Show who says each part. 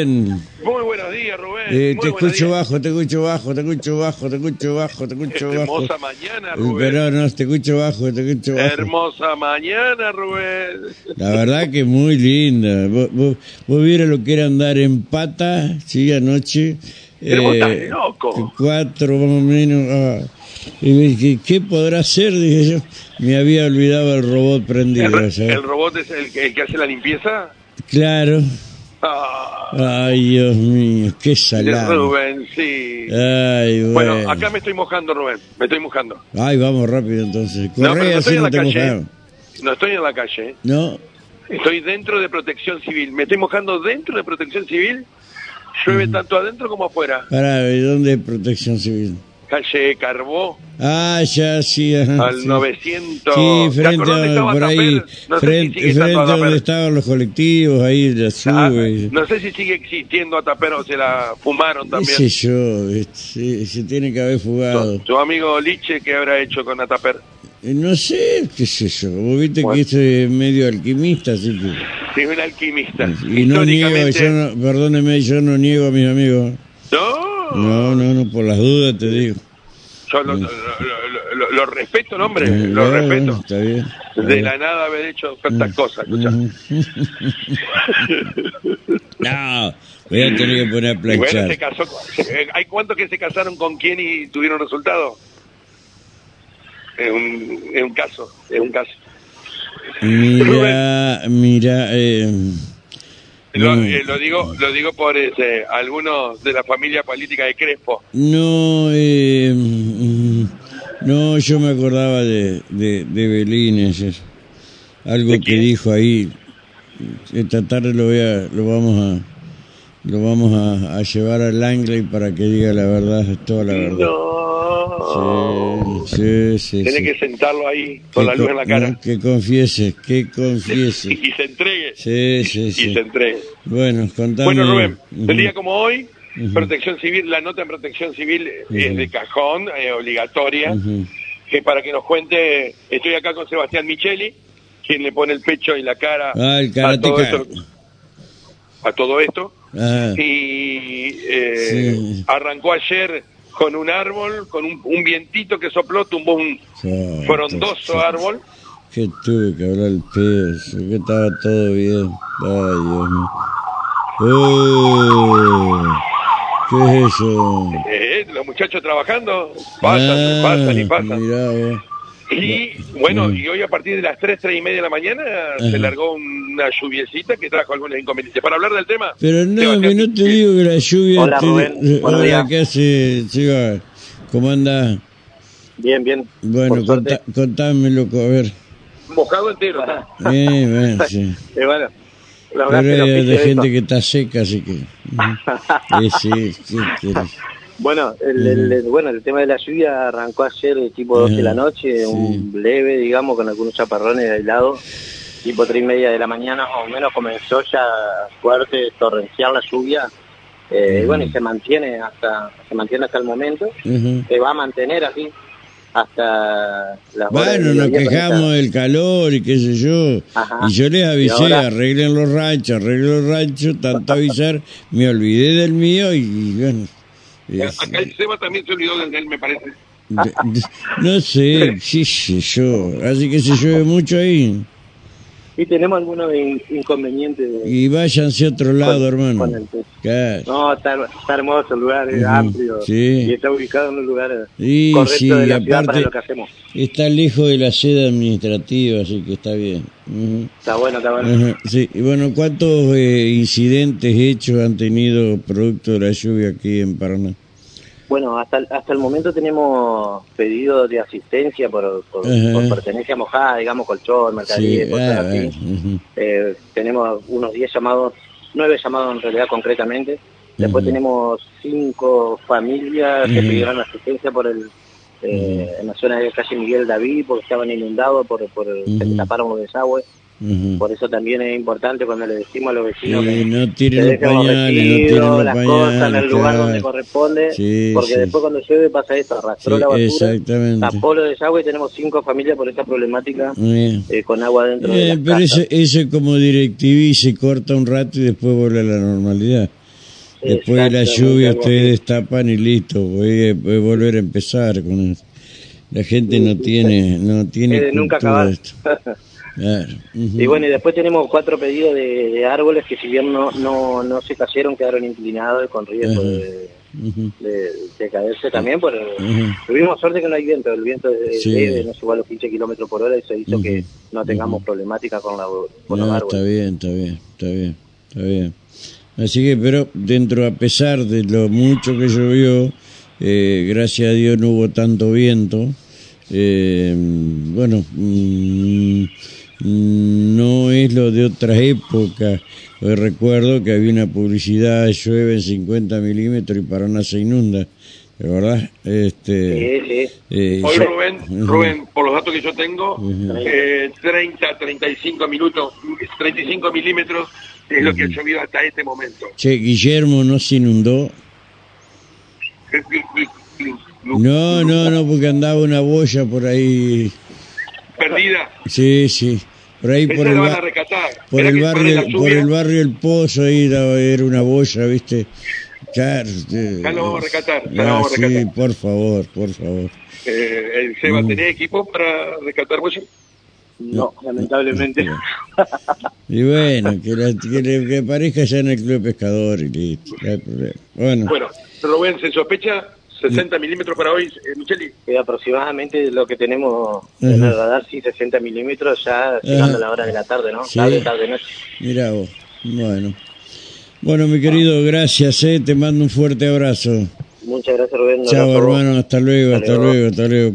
Speaker 1: Bien.
Speaker 2: Muy buenos días, Rubén.
Speaker 1: Eh, te
Speaker 2: Muy buenos
Speaker 1: escucho
Speaker 2: días.
Speaker 1: bajo, te escucho bajo, te escucho bajo, te escucho bajo, te escucho bajo.
Speaker 2: Hermosa mañana,
Speaker 1: Eh,
Speaker 2: Rubén.
Speaker 1: Pero no, te escucho bajo, te escucho bajo.
Speaker 2: Hermosa mañana, Rubén.
Speaker 1: La verdad que muy linda. Vos, vos, vos vieras lo que era andar en pata, sí, anoche. eh,
Speaker 2: Pero vos estás loco.
Speaker 1: Cuatro más o menos. ah. Y me dije, ¿qué podrá ser? Dije yo, me había olvidado el robot
Speaker 2: El,
Speaker 1: prendido. ¿sabes?
Speaker 2: el robot es el, que- el que hace la limpieza.
Speaker 1: Claro.
Speaker 2: Ah,
Speaker 1: Ay, Dios mío, qué
Speaker 2: de
Speaker 1: salado.
Speaker 2: Rubén, sí.
Speaker 1: Eh, Ay, bueno.
Speaker 2: Bueno, acá me estoy mojando, Rubén. Me estoy mojando.
Speaker 1: Ay, vamos rápido entonces.
Speaker 2: No, pero
Speaker 1: Corre
Speaker 2: no
Speaker 1: así
Speaker 2: estoy en
Speaker 1: no
Speaker 2: la
Speaker 1: te
Speaker 2: calle.
Speaker 1: mojaron.
Speaker 2: No estoy en la calle.
Speaker 1: No,
Speaker 2: Estoy dentro de Protección Civil. Me estoy mojando dentro de Protección Civil. Llueve
Speaker 1: Mm.
Speaker 2: tanto adentro como afuera.
Speaker 1: pará, ¿y dónde es protección civil?
Speaker 2: Calle Carbó,
Speaker 1: Ah, ya, sí, ajá,
Speaker 2: al
Speaker 1: sí.
Speaker 2: 900.
Speaker 1: Sí,
Speaker 2: ¿Te acordás
Speaker 1: frente
Speaker 2: dónde
Speaker 1: a,
Speaker 2: estaba
Speaker 1: por ahí,
Speaker 2: Taper? No sé si
Speaker 1: frente,
Speaker 2: sigue
Speaker 1: frente
Speaker 2: estando
Speaker 1: a donde
Speaker 2: Taper.
Speaker 1: estaban los colectivos, ahí la
Speaker 2: Ah,
Speaker 1: sube.
Speaker 2: no sé si sigue existiendo a Tapero, se la fumaron
Speaker 1: qué
Speaker 2: también.
Speaker 1: sé yo, este, se, se tiene que haber fugado.
Speaker 2: Tu, tu amigo Liche, ¿qué habrá hecho con Ataper?
Speaker 1: Eh, No sé, qué sé yo, vos viste
Speaker 2: Bueno.
Speaker 1: que esto es medio alquimista, así que-
Speaker 2: Es un alquimista.
Speaker 1: Pues, Y no niego,
Speaker 2: Históricamente-
Speaker 1: yo no, perdóneme, yo no niego a mis amigos.
Speaker 2: No,
Speaker 1: No, no, no, por las dudas te digo.
Speaker 2: yo lo, lo- lo- lo- lo respeto, el hombre,
Speaker 1: Eh,
Speaker 2: lo
Speaker 1: bueno, Mm,
Speaker 2: respeto.
Speaker 1: Está bien. está
Speaker 2: De
Speaker 1: bien.
Speaker 2: la nada haber hecho ciertas cosas, escuchá.
Speaker 1: No, voy a tener que poner a
Speaker 2: Y bueno, se
Speaker 1: planchar.
Speaker 2: casó. con- eh, ¿Hay cuántos que se casaron con quién y tuvieron resultado? Es un, es un caso, es un caso.
Speaker 1: Mira, mira, eh,
Speaker 2: Lo,
Speaker 1: Mm.
Speaker 2: eh, lo digo lo digo por este, algunos de la familia política de Crespo.
Speaker 1: no, eh, mm, no, yo me acordaba de, de, de Belines, es- algo
Speaker 2: ¿De
Speaker 1: que
Speaker 2: quién?
Speaker 1: dijo ahí. Esta tarde lo voy a, lo vamos a, lo vamos a, a llevar al Langley para que diga la verdad, toda la verdad.
Speaker 2: No.
Speaker 1: Sí, sí, sí,
Speaker 2: Tiene
Speaker 1: sí.
Speaker 2: que sentarlo ahí con la
Speaker 1: Que
Speaker 2: luz
Speaker 1: co-
Speaker 2: en la cara
Speaker 1: no, que confieses, que confieses.
Speaker 2: y se entregue.
Speaker 1: Sí, sí,
Speaker 2: Y
Speaker 1: sí.
Speaker 2: se entregue.
Speaker 1: Bueno, contame.
Speaker 2: Bueno, Rubén,
Speaker 1: Ujú.
Speaker 2: el día como hoy, Protección Civil, la nota en Protección Civil es de cajón, eh, obligatoria,
Speaker 1: Ujú.
Speaker 2: que para que nos cuente, estoy acá con Sebastián Micheli, quien le pone el pecho y la cara
Speaker 1: Ah, el
Speaker 2: a, todo
Speaker 1: karateka.
Speaker 2: esto, a todo esto.
Speaker 1: Ah,
Speaker 2: y eh,
Speaker 1: Sí.
Speaker 2: arrancó ayer con un árbol, con un, un vientito que sopló, tumbó un
Speaker 1: yo-
Speaker 2: frondoso árbol.
Speaker 1: Que tuve que hablar el peso, que estaba todo bien. Ay, Dios mío. Uy, ¿Qué es eso?
Speaker 2: Eh, los muchachos trabajando, pasan,
Speaker 1: Ah,
Speaker 2: pasan y pasan.
Speaker 1: mirá vos.
Speaker 2: Y bueno, y hoy a partir de las 3, 3 y media de la mañana
Speaker 1: Ajá.
Speaker 2: se largó una lluviecita que trajo algunos inconvenientes. Para hablar del tema,
Speaker 1: Pero no,
Speaker 2: Sebastián,
Speaker 1: que no te digo que la lluvia.
Speaker 3: Hola,
Speaker 1: te-
Speaker 3: Rubén. Buenos
Speaker 1: Hola,
Speaker 3: días.
Speaker 1: ¿qué hace, Seba? ¿Cómo andás?
Speaker 3: Bien, bien.
Speaker 1: Bueno,
Speaker 3: Por suerte.
Speaker 1: contá- contame, loco, a ver.
Speaker 2: mojado entero.
Speaker 1: Eh, bueno, sí.
Speaker 3: Eh, bueno, la verdad
Speaker 1: Pero
Speaker 3: que nos
Speaker 1: hay de
Speaker 3: pide
Speaker 1: gente
Speaker 3: eso.
Speaker 1: que está seca, así que. Ujú. Eh, sí, sí, quieres.
Speaker 3: Bueno, el, el- el- bueno, el tema de la lluvia arrancó ayer tipo 12 de la
Speaker 1: Sí.
Speaker 3: noche, un leve, digamos, con algunos chaparrones de helado. Tipo 3 y media de la mañana más o menos comenzó ya fuerte, torrencial la lluvia. Eh, y Bueno, y se mantiene hasta se mantiene hasta el momento.
Speaker 1: Ujú.
Speaker 3: Se va a mantener así hasta las horas
Speaker 1: Bueno,
Speaker 3: del
Speaker 1: nos
Speaker 3: mediodía con esta-
Speaker 1: quejamos del calor y qué sé yo.
Speaker 3: Ajá.
Speaker 1: Y yo les avisé,
Speaker 3: Y ahora-
Speaker 1: arreglen los ranchos, arreglen los ranchos, tanto avisar, me olvidé del mío y, y bueno. es-
Speaker 2: Acá el Seba también se olvidó del de él, me parece.
Speaker 1: de- de- no sé, sí sé yo. Así que se llueve mucho ahí.
Speaker 3: Y tenemos algunos in- inconvenientes. de-
Speaker 1: Y váyanse a otro lado, hermano.
Speaker 3: con el peso.
Speaker 1: Claro.
Speaker 3: No, está, está hermoso el lugar, es
Speaker 1: Ujú,
Speaker 3: amplio.
Speaker 1: sí.
Speaker 3: Y está ubicado en un lugar eh,
Speaker 1: Y
Speaker 3: correcto
Speaker 1: sí,
Speaker 3: de la
Speaker 1: aparte-
Speaker 3: ciudad para lo que hacemos.
Speaker 1: Está lejos de la sede administrativa, así que está bien. Ujú.
Speaker 3: Está bueno, está bueno.
Speaker 1: Ajá, sí. Y bueno, ¿cuántos eh, incidentes hechos han tenido producto de la lluvia aquí en Paraná?
Speaker 3: Bueno, hasta, el- hasta el momento tenemos pedidos de asistencia por, por,
Speaker 1: Ajá.
Speaker 3: por pertenencia mojada, digamos, colchón, mercadería, cosas
Speaker 1: ah,
Speaker 3: así.
Speaker 1: bueno,
Speaker 3: Eh, tenemos unos 10 llamados, 9 llamados en realidad concretamente. Después
Speaker 1: Ujú.
Speaker 3: tenemos 5 familias que
Speaker 1: Ujú.
Speaker 3: pidieron asistencia por el eh, en la zona de calle Miguel David porque estaban inundados, por, por, se
Speaker 1: Ujú.
Speaker 3: les taparon los desagües.
Speaker 1: ujú, ujú.
Speaker 3: Por eso también es importante cuando le decimos a los vecinos
Speaker 1: Mm. Y
Speaker 3: que
Speaker 1: no
Speaker 3: que
Speaker 1: tiren los
Speaker 3: dejen los
Speaker 1: pañales, no tiren
Speaker 3: residuos,
Speaker 1: los
Speaker 3: las
Speaker 1: pañales.
Speaker 3: cosas en el lugar donde
Speaker 1: claro.
Speaker 3: corresponde,
Speaker 1: Sí,
Speaker 3: porque
Speaker 1: sí.
Speaker 3: después cuando llueve pasa esto, arrastró
Speaker 1: Sí,
Speaker 3: la basura,
Speaker 1: exactamente.
Speaker 3: tapó los desagües y tenemos cinco familias por esta problemática
Speaker 1: Muy bien.
Speaker 3: eh, con agua dentro de
Speaker 1: Eh,
Speaker 3: las
Speaker 1: pero
Speaker 3: casas.
Speaker 1: eso, eso es como DirecTV se corta un rato y después vuelve a la normalidad. Después de la
Speaker 3: Exacto,
Speaker 1: lluvia
Speaker 3: algo
Speaker 1: ustedes destapan y listo, voy a, voy a volver a empezar con esto. La gente no tiene, no tiene
Speaker 3: Eh, nunca
Speaker 1: cultura de
Speaker 3: acabar.
Speaker 1: esto. Claro, ujú.
Speaker 3: Y bueno, y después tenemos cuatro pedidos de, de árboles que si bien no, no, no se cayeron, quedaron inclinados y con riesgo de,
Speaker 1: Ujú.
Speaker 3: de, de caerse también. Por,
Speaker 1: Ajá.
Speaker 3: Tuvimos suerte que no hay viento, el viento es
Speaker 1: Sí.
Speaker 3: leve, no suba a los 15 kilómetros por hora y se hizo
Speaker 1: Ujú.
Speaker 3: que no tengamos problemática con, la, con los
Speaker 1: No,
Speaker 3: árboles.
Speaker 1: está bien, está bien, está bien, está bien. Así que, pero dentro, a pesar de lo mucho que llovió, eh, gracias a Dios no hubo tanto viento. Eh, bueno, mm, mm, no es lo de otras épocas. Hoy recuerdo que había una publicidad, llueve en 50 milímetros y Paraná se inunda, ¿de verdad? Este,
Speaker 3: Sí, sí.
Speaker 1: eh,
Speaker 2: Hoy
Speaker 1: yo-
Speaker 2: Rubén, Rubén, por los datos que yo tengo,
Speaker 1: Ujú.
Speaker 2: eh, 30, 35 minutos, 35 milímetros es lo que ha llovido hasta este momento.
Speaker 1: Che, Guillermo no se inundó. No, no, no, porque andaba una boya por ahí.
Speaker 2: Perdida.
Speaker 1: Sí, sí. Por ahí, por
Speaker 2: Esa
Speaker 1: el,
Speaker 2: la van a
Speaker 1: ba-
Speaker 2: rescatar.
Speaker 1: por
Speaker 2: Esperá
Speaker 1: el
Speaker 2: que pare la
Speaker 1: barrio, por
Speaker 2: lluvia.
Speaker 1: el barrio El Pozo, ahí la- era una boya, ¿viste? Claro. eh,
Speaker 2: Ya lo vamos a rescatar, ya lo
Speaker 1: ah,
Speaker 2: vamos a
Speaker 1: Sí,
Speaker 2: rescatar.
Speaker 1: por favor, por favor.
Speaker 2: Eh, el Seba, ¿tenés equipo para rescatar bolsas?
Speaker 3: No, lamentablemente.
Speaker 1: Y bueno, que, la- que le- que aparezca ya en el Club Pescador y listo, no hay problema. Bueno,
Speaker 2: Bueno, Rubén, ¿se sospecha 60 milímetros para hoy, eh, Micheli?
Speaker 3: Eh, aproximadamente lo que tenemos en el
Speaker 1: Ajá.
Speaker 3: radar, sí, 60 milímetros, ya llegando a la hora de la tarde, ¿no?
Speaker 1: Sí.
Speaker 3: Tarde, tarde, noche.
Speaker 1: mira vos. Bueno. Bueno, mi querido, gracias, eh, te mando un fuerte abrazo.
Speaker 3: Muchas gracias, Rubén. Un
Speaker 1: Chao,
Speaker 3: abrazo.
Speaker 1: hermano, hasta luego,
Speaker 3: Hasta
Speaker 1: hasta
Speaker 3: luego.
Speaker 1: luego, hasta luego.